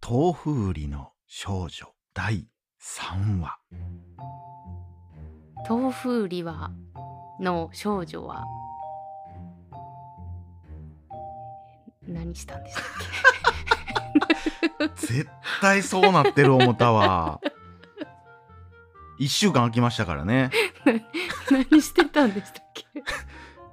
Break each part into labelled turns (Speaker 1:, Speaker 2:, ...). Speaker 1: 風利の少女第3話
Speaker 2: 豆腐売りはの少女は何したんでしたっ
Speaker 1: 絶対そうなってる思ったわ1週間空きましたからね
Speaker 2: け何してたんでしたっけ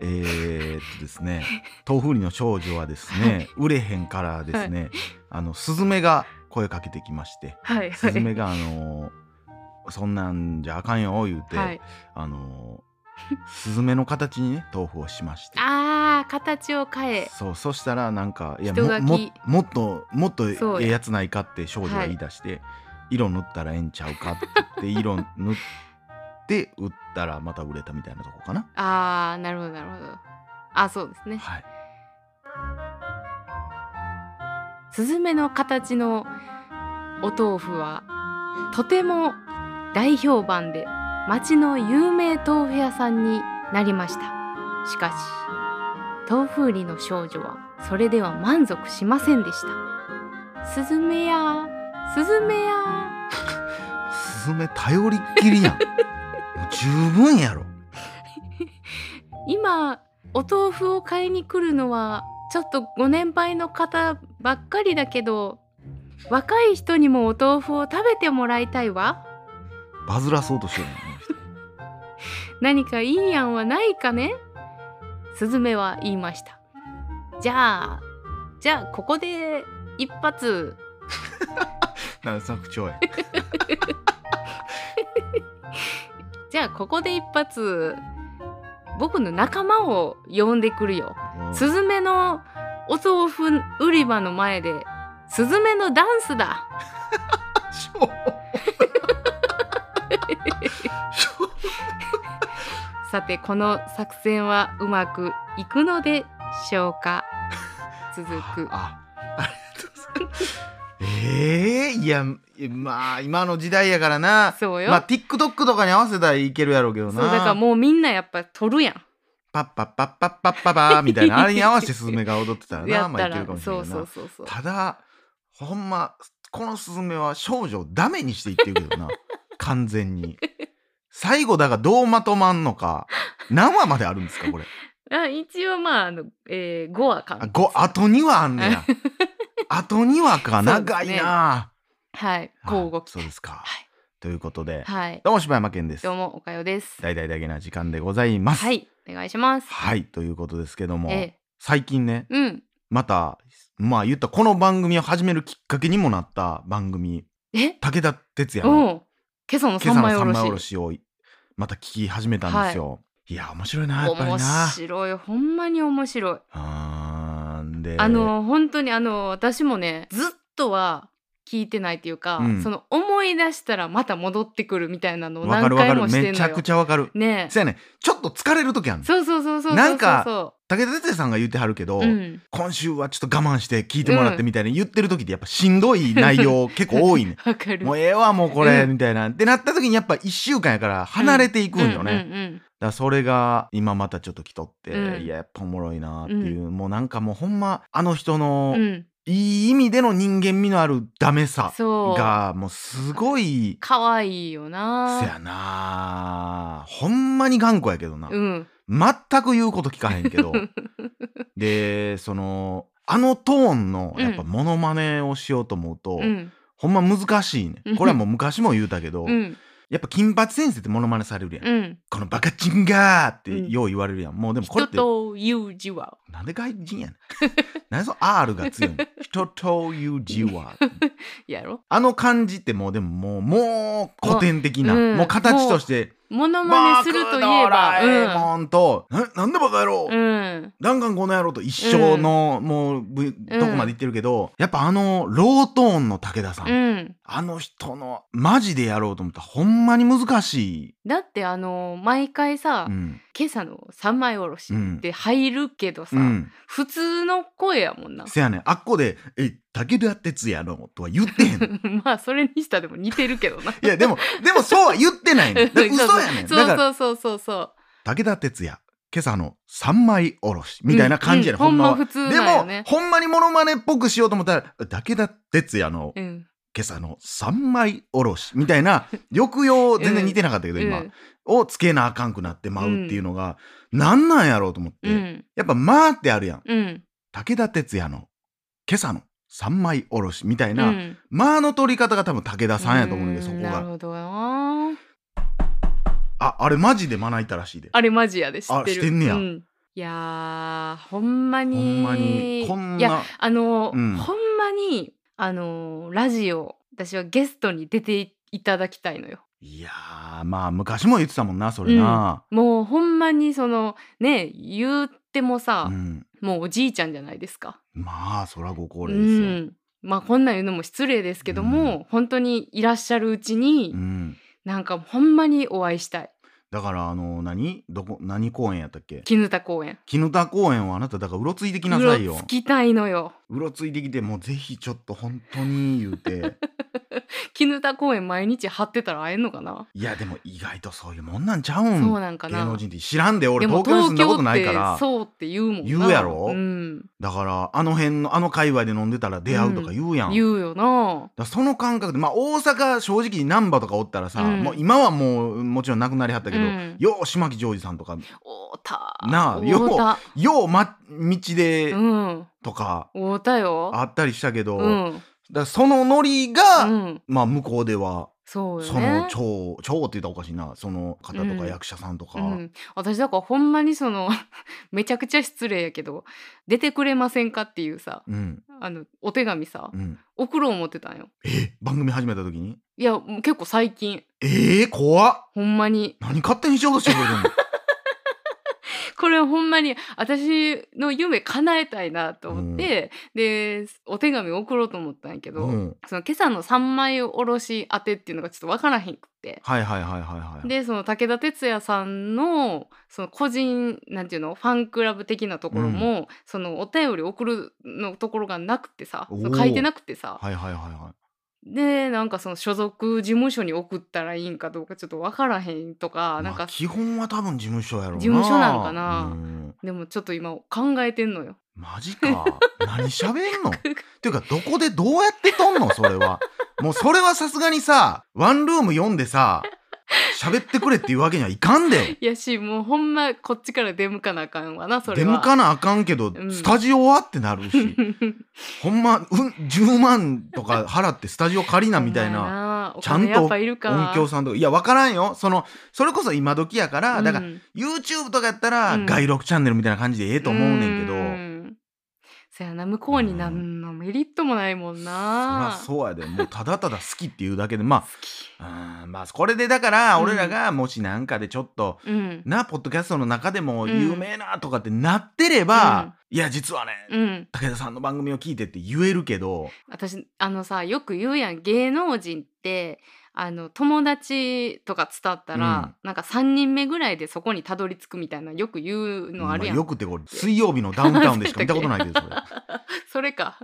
Speaker 1: えー、っとですね豆腐売りの少女はですね売れへんからですね、あのスズメが声かけてきまして
Speaker 2: はいは
Speaker 1: スズメ
Speaker 2: い
Speaker 1: があのーそんなんじゃあかんよ言うて、
Speaker 2: はい
Speaker 1: あのースズメの形にね豆腐をしまして
Speaker 2: あー形を変え
Speaker 1: そうそしたらなんかいや
Speaker 2: 人
Speaker 1: も
Speaker 2: がき
Speaker 1: ももっともっとえ
Speaker 2: そう
Speaker 1: えやつないかって少女が言い出して、色塗ったらええんちゃうかって 言って色塗って売ったらまた売れたみたいなとこかな。
Speaker 2: あーなるほどなるほどあそうですね
Speaker 1: はい、
Speaker 2: スズメの形のお豆腐はとても大評判で町の有名豆腐屋さんになりましたしかし豆腐売りの少女はそれでは満足しませんでしたスズメやスズメや
Speaker 1: スズメ頼りっき りやんもう十分やろ
Speaker 2: 今お豆腐を買いに来るのはちょっとご年配の方ばっかりだけど若い人にもお豆腐を食べてもらいたいわ
Speaker 1: バズらそうとしてるの
Speaker 2: 何かいい案はないかねスズメは言いましたじゃあじゃあここで一発
Speaker 1: 何作長や
Speaker 2: じゃあここで一発僕の仲間を呼んでくるよ
Speaker 1: もう
Speaker 2: スズメのお豆腐売り場の前でスズメのダンスだ
Speaker 1: しょうしょう
Speaker 2: さてこの作戦はうまくいくのでしょうか続く
Speaker 1: あありがとうございます。ええいやまあ今の時代やからな
Speaker 2: そうよ、
Speaker 1: まあ TikTok とかに合わせたらいけるやろうけど
Speaker 2: そう
Speaker 1: な
Speaker 2: だからもうみんなやっぱ撮るやん
Speaker 1: パッパッパッパッパッパバーみたいなあれに合わせてスズメが踊ってたらな
Speaker 2: やっ
Speaker 1: まあ
Speaker 2: た
Speaker 1: いけ
Speaker 2: ら、
Speaker 1: るかもしれ
Speaker 2: そ
Speaker 1: な
Speaker 2: う
Speaker 1: い
Speaker 2: そ
Speaker 1: な
Speaker 2: うそうそう
Speaker 1: ただほんまこのスズメは少女をダメにしていってるけどな完全に最後だがどうまとまんのか何話まであるんですかこれ
Speaker 2: あ一応まああの、えー、5話か
Speaker 1: あごあと2話あんねやあと2話か
Speaker 2: そうです
Speaker 1: 長
Speaker 2: ね
Speaker 1: いな
Speaker 2: はい交互
Speaker 1: あそうですか
Speaker 2: はい
Speaker 1: ということで
Speaker 2: はい
Speaker 1: どうも柴山健です
Speaker 2: どうもおかよです
Speaker 1: 大々だけな時間でございます
Speaker 2: はいお願いします
Speaker 1: はいということですけども、
Speaker 2: え
Speaker 1: 最近ね
Speaker 2: えうん
Speaker 1: またまあ言ったこの番組を始めるきっかけにもなった番組
Speaker 2: え
Speaker 1: 武田鉄矢
Speaker 2: お
Speaker 1: の
Speaker 2: う今朝の
Speaker 1: 今朝
Speaker 2: 三
Speaker 1: の
Speaker 2: 枚お
Speaker 1: 三枚
Speaker 2: ろし
Speaker 1: おろしをまた聞き始めたんですよ、い、や面白いなやっぱり
Speaker 2: 面
Speaker 1: な
Speaker 2: 白いほんまに面白い、
Speaker 1: あーんで
Speaker 2: あの本当にあの私もねずっとは聞いてないっていうか、
Speaker 1: うん
Speaker 2: その思い出したらまた戻ってくるみたいなのを
Speaker 1: わか
Speaker 2: 何
Speaker 1: るわ
Speaker 2: 回
Speaker 1: か
Speaker 2: も
Speaker 1: る
Speaker 2: して
Speaker 1: め
Speaker 2: ん
Speaker 1: ち
Speaker 2: の
Speaker 1: ゃ
Speaker 2: よ
Speaker 1: くちゃわかる
Speaker 2: ね
Speaker 1: そやねちょっと疲れる時ある
Speaker 2: え
Speaker 1: の
Speaker 2: そうそうそうそうそうそう
Speaker 1: なんか
Speaker 2: そ
Speaker 1: 武田鉄矢さんが言ってはるけど、
Speaker 2: う、うん、
Speaker 1: 今週はちょっと我慢して聞いてもらってみたいな言ってる時ってやっぱしんどい内容結構多いね
Speaker 2: わかる
Speaker 1: もうええわもうこれ
Speaker 2: うん
Speaker 1: みたいなってなった時にやっぱ1週間やから離れていくんよね、だか
Speaker 2: うんうん
Speaker 1: らそれが今またちょっと来とって、
Speaker 2: うん
Speaker 1: いややっぱおもろいなっていう、もうなんかもうほんまあの人の
Speaker 2: うんうん
Speaker 1: いい意味での人間味のあるダメさ
Speaker 2: そう
Speaker 1: がもうすごい
Speaker 2: 可愛いよな
Speaker 1: せやなほんまに頑固やけどな、
Speaker 2: うん
Speaker 1: 全く言うこと聞かへんけ どでそのあのトーンのやっぱ
Speaker 2: うん
Speaker 1: モノマネをしようと思うと、
Speaker 2: うん
Speaker 1: ほんま難しいね
Speaker 2: うん
Speaker 1: これはもう昔も言うたけど、
Speaker 2: うん
Speaker 1: やっぱ金八先生ってモノマネされるやん、
Speaker 2: うん
Speaker 1: このバカチンガーって
Speaker 2: うん
Speaker 1: よう言われるやん、もうでもこれ
Speaker 2: 人
Speaker 1: って
Speaker 2: という字は
Speaker 1: なんで外人やねんなんでその R が強いの人という字は
Speaker 2: やろ
Speaker 1: あの感じってもうでももうもう古典的な、
Speaker 2: うん
Speaker 1: もう形として
Speaker 2: モ
Speaker 1: 「
Speaker 2: ノマネするといえ
Speaker 1: ドラえ
Speaker 2: ば
Speaker 1: もん」と「ななんでバカ野郎、
Speaker 2: うんうん
Speaker 1: 弾丸この野郎」と一生の、もうぶどこまでいってるけど、やっぱあのロートーンの武田さん、
Speaker 2: うん
Speaker 1: あの人のマジでやろうと思ったらほんまに難しい。
Speaker 2: だってあの毎回さ、
Speaker 1: うん
Speaker 2: 今朝の三枚おろしって入るけどさ、
Speaker 1: うん、
Speaker 2: 普通の声やもんな
Speaker 1: せやねんあっこで「え武田鉄矢の」とは言ってへ ん
Speaker 2: まあそれにしたらでも似てる けどな
Speaker 1: いや でもでもそうは言ってないねんだから嘘やねん
Speaker 2: そう
Speaker 1: だから
Speaker 2: そうそうそうそう
Speaker 1: 武田鉄矢今朝の三枚おろしみたいな感じやね、
Speaker 2: うんうん
Speaker 1: ほんまは。
Speaker 2: ほんま普通
Speaker 1: で
Speaker 2: なんや
Speaker 1: も、
Speaker 2: ね
Speaker 1: ほんまにモノマネっぽくしようと思ったら、武田鉄矢の
Speaker 2: うん
Speaker 1: 今朝の三枚おろしみたいな、抑揚全然似てなかったけど、今、
Speaker 2: うん
Speaker 1: をつけなあかんくなってまうっていうのが、なんなんやろうと思って、
Speaker 2: うん
Speaker 1: やっぱ、まあってあるやん。
Speaker 2: うん
Speaker 1: 武田鉄矢の今朝の三枚おろしみたいな、
Speaker 2: うん
Speaker 1: まあの取り方が多分武田さんやと思うんだけど、
Speaker 2: うん
Speaker 1: そこ
Speaker 2: なる
Speaker 1: が。
Speaker 2: ほどな
Speaker 1: あ、あれマジでまな板らしいで。
Speaker 2: あれマジやで知ってる
Speaker 1: あ知ってんねや
Speaker 2: うんいやーほんま
Speaker 1: ほ
Speaker 2: に
Speaker 1: んまに、こん
Speaker 2: いや
Speaker 1: な。
Speaker 2: あの、
Speaker 1: うん
Speaker 2: ほんまにあのラジオ私はゲストに出ていただきたいのよ
Speaker 1: いやー、まあ昔も言ってたもんな、それな。
Speaker 2: もうほんまにそのね言ってもさ
Speaker 1: う、ん。
Speaker 2: もうおじいちゃんじゃないですか
Speaker 1: まあ、そらご高
Speaker 2: う
Speaker 1: 齢ですよ。
Speaker 2: んまあこんなん言うのも失礼ですけども、
Speaker 1: う
Speaker 2: 本当にいらっしゃるうちに、
Speaker 1: うん
Speaker 2: なんかほんまにお会いしたい
Speaker 1: だからあの何どこ何公園やったっけ
Speaker 2: 絹田公園
Speaker 1: 絹田公園はあなただからうろついてきなさいよ
Speaker 2: うろつきたいのよ
Speaker 1: うろついてきてもうぜひちょっと本当に言うて
Speaker 2: 絹田公園毎日張ってたら会えんのかな、
Speaker 1: いやでも意外とそういうもんなんちゃう
Speaker 2: そうんなんか
Speaker 1: 芸能
Speaker 2: な
Speaker 1: 人って知らんで俺
Speaker 2: でも
Speaker 1: 東京に住んだことないか
Speaker 2: 東
Speaker 1: ら
Speaker 2: 京ってそうって言うもんな
Speaker 1: 言うやろ
Speaker 2: ん、
Speaker 1: だからあの辺のあの界隈で飲んでたら出会うとか言うやん、だか
Speaker 2: 言うよな
Speaker 1: らその感覚でまあ大阪正直難波とかおったらさ、
Speaker 2: うん
Speaker 1: もう今はもうもちろん亡くなりはったけど、
Speaker 2: うん
Speaker 1: よう島木ジョージさんとか
Speaker 2: 太田
Speaker 1: なあよう
Speaker 2: 太田
Speaker 1: よう、ま、道で
Speaker 2: うん
Speaker 1: とか
Speaker 2: 太田よ
Speaker 1: あったりしたけど、
Speaker 2: うん
Speaker 1: だからそのノリが、
Speaker 2: うん
Speaker 1: まあ向こうでは
Speaker 2: そうよ
Speaker 1: その
Speaker 2: ね
Speaker 1: 超超って言ったらおかしいなその方と
Speaker 2: う
Speaker 1: か
Speaker 2: ん
Speaker 1: 役者さんとか、
Speaker 2: うん、私だからほんまにその めちゃくちゃ失礼やけど出てくれませんかっていうさ
Speaker 1: うん
Speaker 2: あのお手紙さ
Speaker 1: うん
Speaker 2: 送ろう思ってたんよ
Speaker 1: え番組始めた時に
Speaker 2: いやもう結構最近
Speaker 1: えー、怖っ
Speaker 2: ほんまに
Speaker 1: 何勝手にしようとしてくれてんの
Speaker 2: これほんまに私の夢叶えたいなと思って、でお手紙送ろうと思ったんやけど、
Speaker 1: うん
Speaker 2: その今朝の三枚おろし当てっていうのがちょっとわからへんくって。
Speaker 1: はいはいはいはいはい
Speaker 2: でその武田鉄矢さんのその個人なんていうのファンクラブ的なところも、そのお便り送るのところがなくてさその
Speaker 1: おー
Speaker 2: 書いてなくてさ
Speaker 1: はいはいはいは
Speaker 2: でなんかその所属事務所に送ったらいいんかどうかちょっとわからへんとか
Speaker 1: い
Speaker 2: なん
Speaker 1: まあ
Speaker 2: か
Speaker 1: 基本は多分事務所やろうな
Speaker 2: 事務所なんかな
Speaker 1: うん
Speaker 2: でもちょっと今考えてんのよ。
Speaker 1: マジ か何喋んのっていうかどこでどうやって撮んのそれはもうそれはさすがにさワンルーム読んでさ喋ってくれっていうわけにはいかんで
Speaker 2: いやしもうほんまこっちから出向かなあかんわなそ
Speaker 1: 出
Speaker 2: れは。
Speaker 1: 向かなあかんけど、
Speaker 2: うん
Speaker 1: スタジオはってなる しほんま、うん、10万とか払ってスタジオ借りなみたい
Speaker 2: ほんまや
Speaker 1: な
Speaker 2: な。お
Speaker 1: ちゃん
Speaker 2: 金
Speaker 1: と
Speaker 2: やっぱいるか
Speaker 1: 音響さんとかいや分からんよそのそれこそ今時やから、だから
Speaker 2: うん
Speaker 1: YouTube とかやったら、
Speaker 2: うん
Speaker 1: 外録チャンネルみたいな感じでええと思うねんけど、
Speaker 2: んそやな向こうに何のメリットもないもんな、
Speaker 1: そりゃそうやでもうただただ好きっていうだけでま
Speaker 2: 好き
Speaker 1: あうんまあこれでだから俺らがもしなんかでちょっと、
Speaker 2: うん
Speaker 1: なポッドキャストの中でも
Speaker 2: うん
Speaker 1: 有名なとかってなってれば、いや実はね、
Speaker 2: うん
Speaker 1: 武田さんの番組を聞いてって言えるけど、
Speaker 2: 私あのさよく言うやん芸能人ってあの友達とか伝ったら、なんか3人目ぐらいでそこにたどり着くみたいなよく言うのあるやん、
Speaker 1: まよくてこれ水曜日のダウンタウンでしか見たことないけ どそれ、
Speaker 2: それか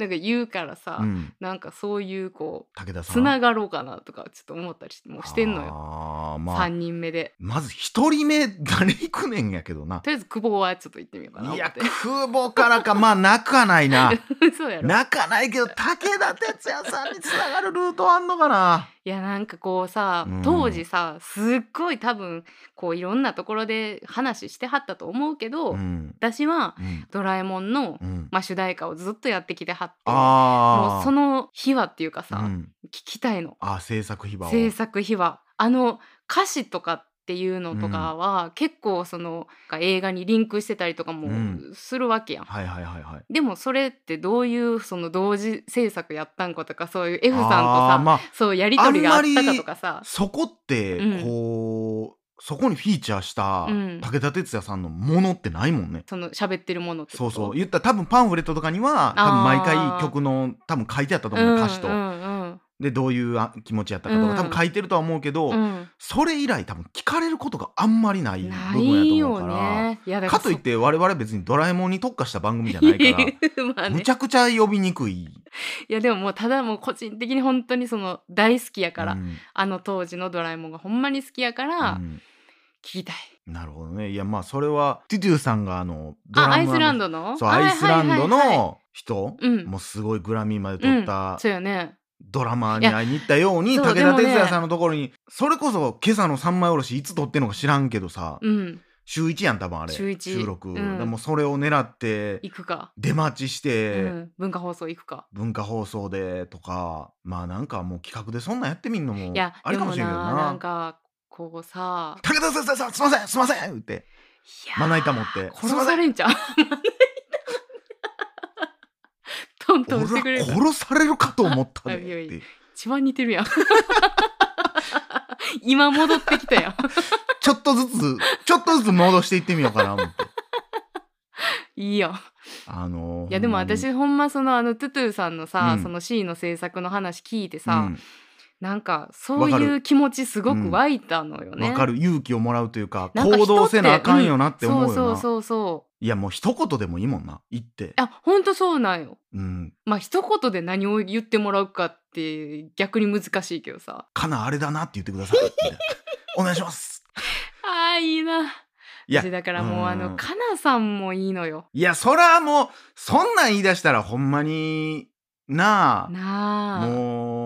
Speaker 2: なんか言うからさ、
Speaker 1: うん、
Speaker 2: なんかそういうこう
Speaker 1: 武田さん
Speaker 2: つながろうかなとかちょっと思ったりしもうしてんのよ、
Speaker 1: あー
Speaker 2: 三
Speaker 1: まあ
Speaker 2: 3人目で
Speaker 1: まず一人目誰行くねんやけど な
Speaker 2: とりあえず久保はちょっと行ってみようかない思
Speaker 1: や
Speaker 2: って
Speaker 1: 空母からかまあなくはない な
Speaker 2: そうやろ
Speaker 1: なくはないけど武田鉄矢さんにつながるルートあんのかない
Speaker 2: やなんかこうさ
Speaker 1: うん
Speaker 2: 当時さ、すっごい多分こういろんなところで話してはったと思うけど、
Speaker 1: うん
Speaker 2: 私は
Speaker 1: うん
Speaker 2: 「ドラえもんの」
Speaker 1: うん
Speaker 2: まあ、主題歌をずっとやってきてはって
Speaker 1: あ
Speaker 2: もう
Speaker 1: ー
Speaker 2: その秘話っていうかさ、
Speaker 1: うん
Speaker 2: 聞きたいの
Speaker 1: あー制作秘話を
Speaker 2: 制作秘話あの歌詞とかっていうのとかは、結構その映画にリンクしてたりとか
Speaker 1: う
Speaker 2: も
Speaker 1: ん
Speaker 2: するわけやん。
Speaker 1: はいはいはいはい
Speaker 2: でもそれってどういうその同時制作やったんかとかそういう F さんと
Speaker 1: あ
Speaker 2: さ、
Speaker 1: ーまあ
Speaker 2: そうやり取りがあったかとかさ
Speaker 1: そこって
Speaker 2: うん
Speaker 1: こう、そこにフィーチャーした
Speaker 2: うん
Speaker 1: 武田鉄矢さんのものってないもんね。
Speaker 2: その喋ってるものってこ
Speaker 1: そ
Speaker 2: と
Speaker 1: うそう言ったら多分パンフレットとかには多分毎回曲の多分書いてあったと思う、歌詞と、
Speaker 2: うんうん
Speaker 1: でどういうあ気持ちやったかとか、
Speaker 2: うん
Speaker 1: 多分書いてるとは思うけど、
Speaker 2: うん
Speaker 1: それ以来多分聞かれることがあんまりない
Speaker 2: うん
Speaker 1: 部
Speaker 2: な
Speaker 1: 分
Speaker 2: い
Speaker 1: やと思う
Speaker 2: よ
Speaker 1: から
Speaker 2: ね。いやだ
Speaker 1: かといって我々別に「ドラえもん」に特化した番組じゃないから
Speaker 2: まあね
Speaker 1: むちゃくちゃ呼びにくい
Speaker 2: いやでももうただもう個人的に本当にその大好きやから、
Speaker 1: うん
Speaker 2: あの当時の「ドラえもん」がほんまに好きやから、
Speaker 1: うん
Speaker 2: 聞きたい
Speaker 1: なるほどねいやまあそれはティトゥさんがあのドラ
Speaker 2: あ
Speaker 1: マ
Speaker 2: アイスランドの
Speaker 1: そう
Speaker 2: あはい
Speaker 1: アイスランド
Speaker 2: はいはいはい
Speaker 1: の人
Speaker 2: うん
Speaker 1: もうすごいグラミーまで取った
Speaker 2: そうよね
Speaker 1: ドラマーに会いに行ったように
Speaker 2: いやそう
Speaker 1: 武田鉄
Speaker 2: でも
Speaker 1: 矢
Speaker 2: ね
Speaker 1: さんのところにそれこそ今朝の三枚おろしいつ撮ってんのか知らんけどさ
Speaker 2: うん
Speaker 1: 週1やん多分あれ
Speaker 2: 週一
Speaker 1: 収録
Speaker 2: うん
Speaker 1: だからもうそれを狙って
Speaker 2: 行くか、
Speaker 1: 出待ちして
Speaker 2: うん、文化放送行くか
Speaker 1: 文化放送でとかまあなんかもう企画でそんなんやってみんのも
Speaker 2: いや
Speaker 1: あ
Speaker 2: で
Speaker 1: れかも
Speaker 2: も
Speaker 1: しれんけど
Speaker 2: な
Speaker 1: な
Speaker 2: なんかこうさ
Speaker 1: 武田先生さんすいませんすいません言って
Speaker 2: いやー
Speaker 1: まな板持って
Speaker 2: 殺されんじゃん まな板持ってトン
Speaker 1: 俺
Speaker 2: トンしてくれ
Speaker 1: は
Speaker 2: る
Speaker 1: 殺されるかと思ったで
Speaker 2: あいやいや
Speaker 1: って
Speaker 2: 一番似てるやん 今戻ってきたやん
Speaker 1: ちょっとずつちょっとずつ戻していってみようかな思って
Speaker 2: いいよ
Speaker 1: あのー
Speaker 2: いやで
Speaker 1: ほ
Speaker 2: も
Speaker 1: んまに
Speaker 2: 私ほんまそのあのトゥトゥさんのさ、
Speaker 1: うん
Speaker 2: その C の制作の話聞いてさ、
Speaker 1: うん
Speaker 2: なんかそう
Speaker 1: わか
Speaker 2: いう
Speaker 1: る
Speaker 2: 気持ちすご
Speaker 1: うん
Speaker 2: く湧いたのよね。
Speaker 1: わかる勇気をもらうというか
Speaker 2: なんか人
Speaker 1: 行
Speaker 2: って
Speaker 1: 動せなあかんよなって思うよな、
Speaker 2: そうそうそうそ
Speaker 1: いやもう一言でもいいもんな言って
Speaker 2: う。あ本当そうなんよ。
Speaker 1: うん
Speaker 2: まあ一言で何を言ってもらうかって逆に難しいけどさ。
Speaker 1: かなあれだなって言ってくださいみたいなお願いします
Speaker 2: あーいいな。
Speaker 1: いや
Speaker 2: 私だからもうあ
Speaker 1: う
Speaker 2: の
Speaker 1: ん
Speaker 2: かなさんもいいのよ。
Speaker 1: いやそらもうそんなん言い出したらほんまになあ
Speaker 2: なあ。
Speaker 1: も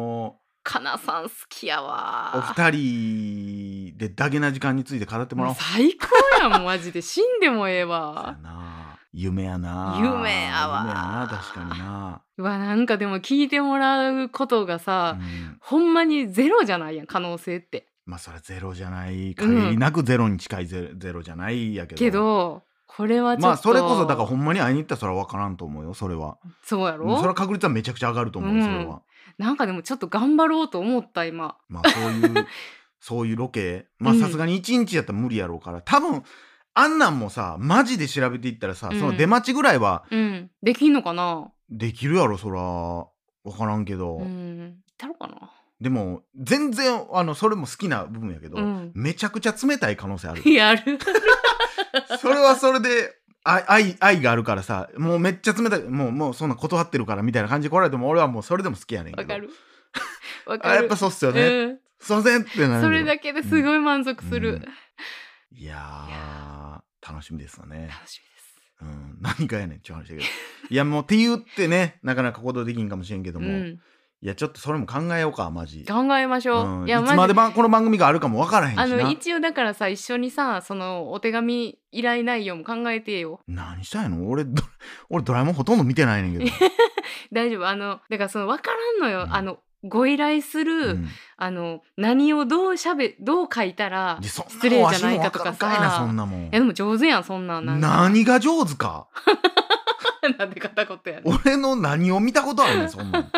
Speaker 2: かなさん好きやわ
Speaker 1: うお。二人でダゲな時間について語ってもらおう
Speaker 2: もう最高やんマジで死んでもええ
Speaker 1: そう や
Speaker 2: わ。
Speaker 1: な夢やな
Speaker 2: 夢やわ
Speaker 1: 夢やな確かにな、
Speaker 2: うわなんかでも聞いてもらうことがさ。
Speaker 1: うん、
Speaker 2: ほんまにゼロじゃないやん可能性って。
Speaker 1: まあそれゼロじゃない限りなくゼロに近いゼロ,、ゼロじゃないやけど
Speaker 2: けどこれはちょっと
Speaker 1: まあそれこそだからほんまに会いに行ったらそれは分からんと思うよそれは
Speaker 2: そう
Speaker 1: う
Speaker 2: や
Speaker 1: んそれは
Speaker 2: ろ
Speaker 1: 確率はめちゃくちゃ上がると思う、
Speaker 2: うん
Speaker 1: それは
Speaker 2: なんかでもちょっと頑張ろうと思った今
Speaker 1: まあそういう そういうロケまあ
Speaker 2: うん
Speaker 1: さすがに1日やったら無理やろうから多分あんなんもさマジで調べていったらさ、
Speaker 2: うん
Speaker 1: その出待ちぐらいは
Speaker 2: うんできんのかな
Speaker 1: できるやろそら分からんけど、
Speaker 2: うんいったろかな
Speaker 1: でも全然あのそれも好きな部分やけど、
Speaker 2: うん
Speaker 1: めちゃくちゃ冷たい可能性ある
Speaker 2: やる
Speaker 1: それはそれであ愛愛があるからさもうめっちゃ冷たいもうもうそんな断ってるからみたいな感じで来られても俺はもうそれでも好きやねんけ
Speaker 2: わ
Speaker 1: ど
Speaker 2: かるわ
Speaker 1: あ
Speaker 2: か
Speaker 1: やっ
Speaker 2: る
Speaker 1: ぱそうっすよね、すいませんって
Speaker 2: う、
Speaker 1: なんる
Speaker 2: それだ
Speaker 1: け
Speaker 2: けですごい満足す
Speaker 1: う
Speaker 2: る、
Speaker 1: ん
Speaker 2: 楽
Speaker 1: どいやー楽しみですよね、
Speaker 2: しみです
Speaker 1: うん、何かやねんっていう話だけどいやもうって言ってねなかなか行動できんかもしれんけども、
Speaker 2: うん、
Speaker 1: いやちょっとそれも考えようかマジ、
Speaker 2: 考えましょう、
Speaker 1: うん、い
Speaker 2: いや
Speaker 1: つま
Speaker 2: マ
Speaker 1: で
Speaker 2: ジ
Speaker 1: ばこの番組があるかもわからへんし
Speaker 2: あの
Speaker 1: な
Speaker 2: 一応だからさ一緒にさそのお手紙依頼内容も考えてよ
Speaker 1: 何したいの俺ド俺ドラえもんほとんど見てないねんけ ど、
Speaker 2: 大丈夫あのだからその分からんのよ、
Speaker 1: うん
Speaker 2: あのご依頼する、
Speaker 1: うん
Speaker 2: あの何をどうしゃべどう書いたら
Speaker 1: でそ
Speaker 2: 失
Speaker 1: んな
Speaker 2: 礼
Speaker 1: もんわ
Speaker 2: じゃ
Speaker 1: し
Speaker 2: ない
Speaker 1: もわ
Speaker 2: か
Speaker 1: か
Speaker 2: と
Speaker 1: ら
Speaker 2: か
Speaker 1: ん
Speaker 2: さ
Speaker 1: かいなそんなもん
Speaker 2: いやでも上手やんそんなんなんか
Speaker 1: 何が上手か
Speaker 2: なんで片言やねん
Speaker 1: 俺の何を見たことあるねんそん なん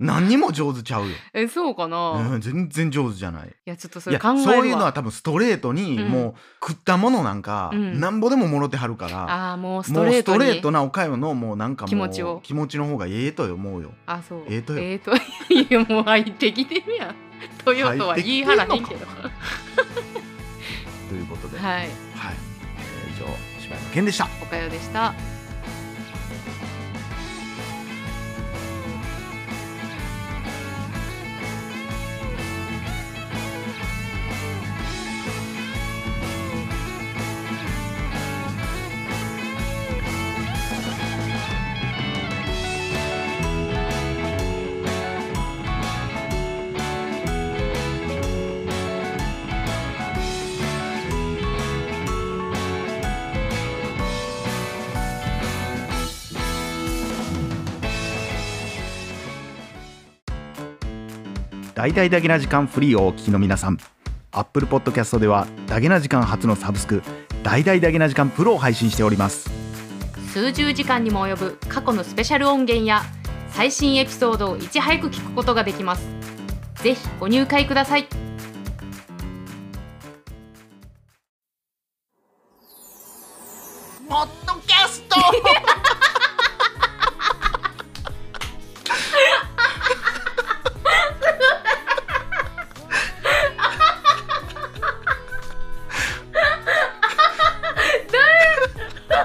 Speaker 1: 何にも上手ちゃうよ、
Speaker 2: えそうかな、
Speaker 1: う
Speaker 2: い
Speaker 1: ん、全然上手じゃない
Speaker 2: やちょっとそ
Speaker 1: い
Speaker 2: れ
Speaker 1: や
Speaker 2: 考えるわ
Speaker 1: そういうのは多分ストレートに、
Speaker 2: うん
Speaker 1: もう食ったものなんか、
Speaker 2: うん
Speaker 1: なんぼでももろてはるから
Speaker 2: ああもうス
Speaker 1: も
Speaker 2: ト
Speaker 1: う
Speaker 2: レー
Speaker 1: ス
Speaker 2: ト
Speaker 1: ト
Speaker 2: に
Speaker 1: レートなおかよのもうなんかもう
Speaker 2: 気持ちを
Speaker 1: 気持ちの方がええと思うよ
Speaker 2: あそう
Speaker 1: ええとよ
Speaker 2: ええといやもう入ってきてるやんトヨとは言い張らへんけど
Speaker 1: 入ってきてんのかということではい、
Speaker 2: は
Speaker 1: え
Speaker 2: い
Speaker 1: ー以上柴山健でした
Speaker 2: おかよでした
Speaker 1: 大々だけな時間フリーをお聞きの皆さん Apple Podcast ではだけな時間初のサブスク大々だけな時間プロを配信しております
Speaker 2: 数十時間にも及ぶ過去のスペシャル音源や最新エピソードをいち早く聞くことができますぜひご入会ください
Speaker 1: ポッドキャスト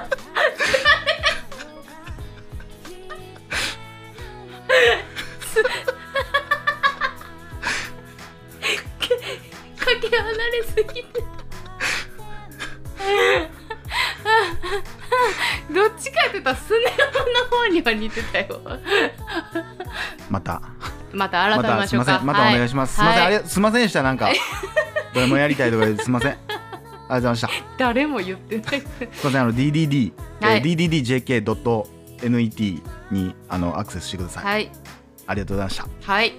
Speaker 2: かけ離れすぎてってたスネ夫の方には似てた よ。
Speaker 1: また
Speaker 2: また改
Speaker 1: ま
Speaker 2: めま
Speaker 1: たす
Speaker 2: し
Speaker 1: い
Speaker 2: ょう
Speaker 1: ませ
Speaker 2: か。
Speaker 1: んまたお願い
Speaker 2: し
Speaker 1: します、
Speaker 2: はい
Speaker 1: すいませんあれすいませんでしたなんかどれもやりたいとかですいませんありがとうございました
Speaker 2: ます。誰も言ってない。
Speaker 1: すいませんあの DDD、えー
Speaker 2: はい
Speaker 1: DDDJK.net にあのアクセスしてください、
Speaker 2: はい。
Speaker 1: ありがとうございました
Speaker 2: はい。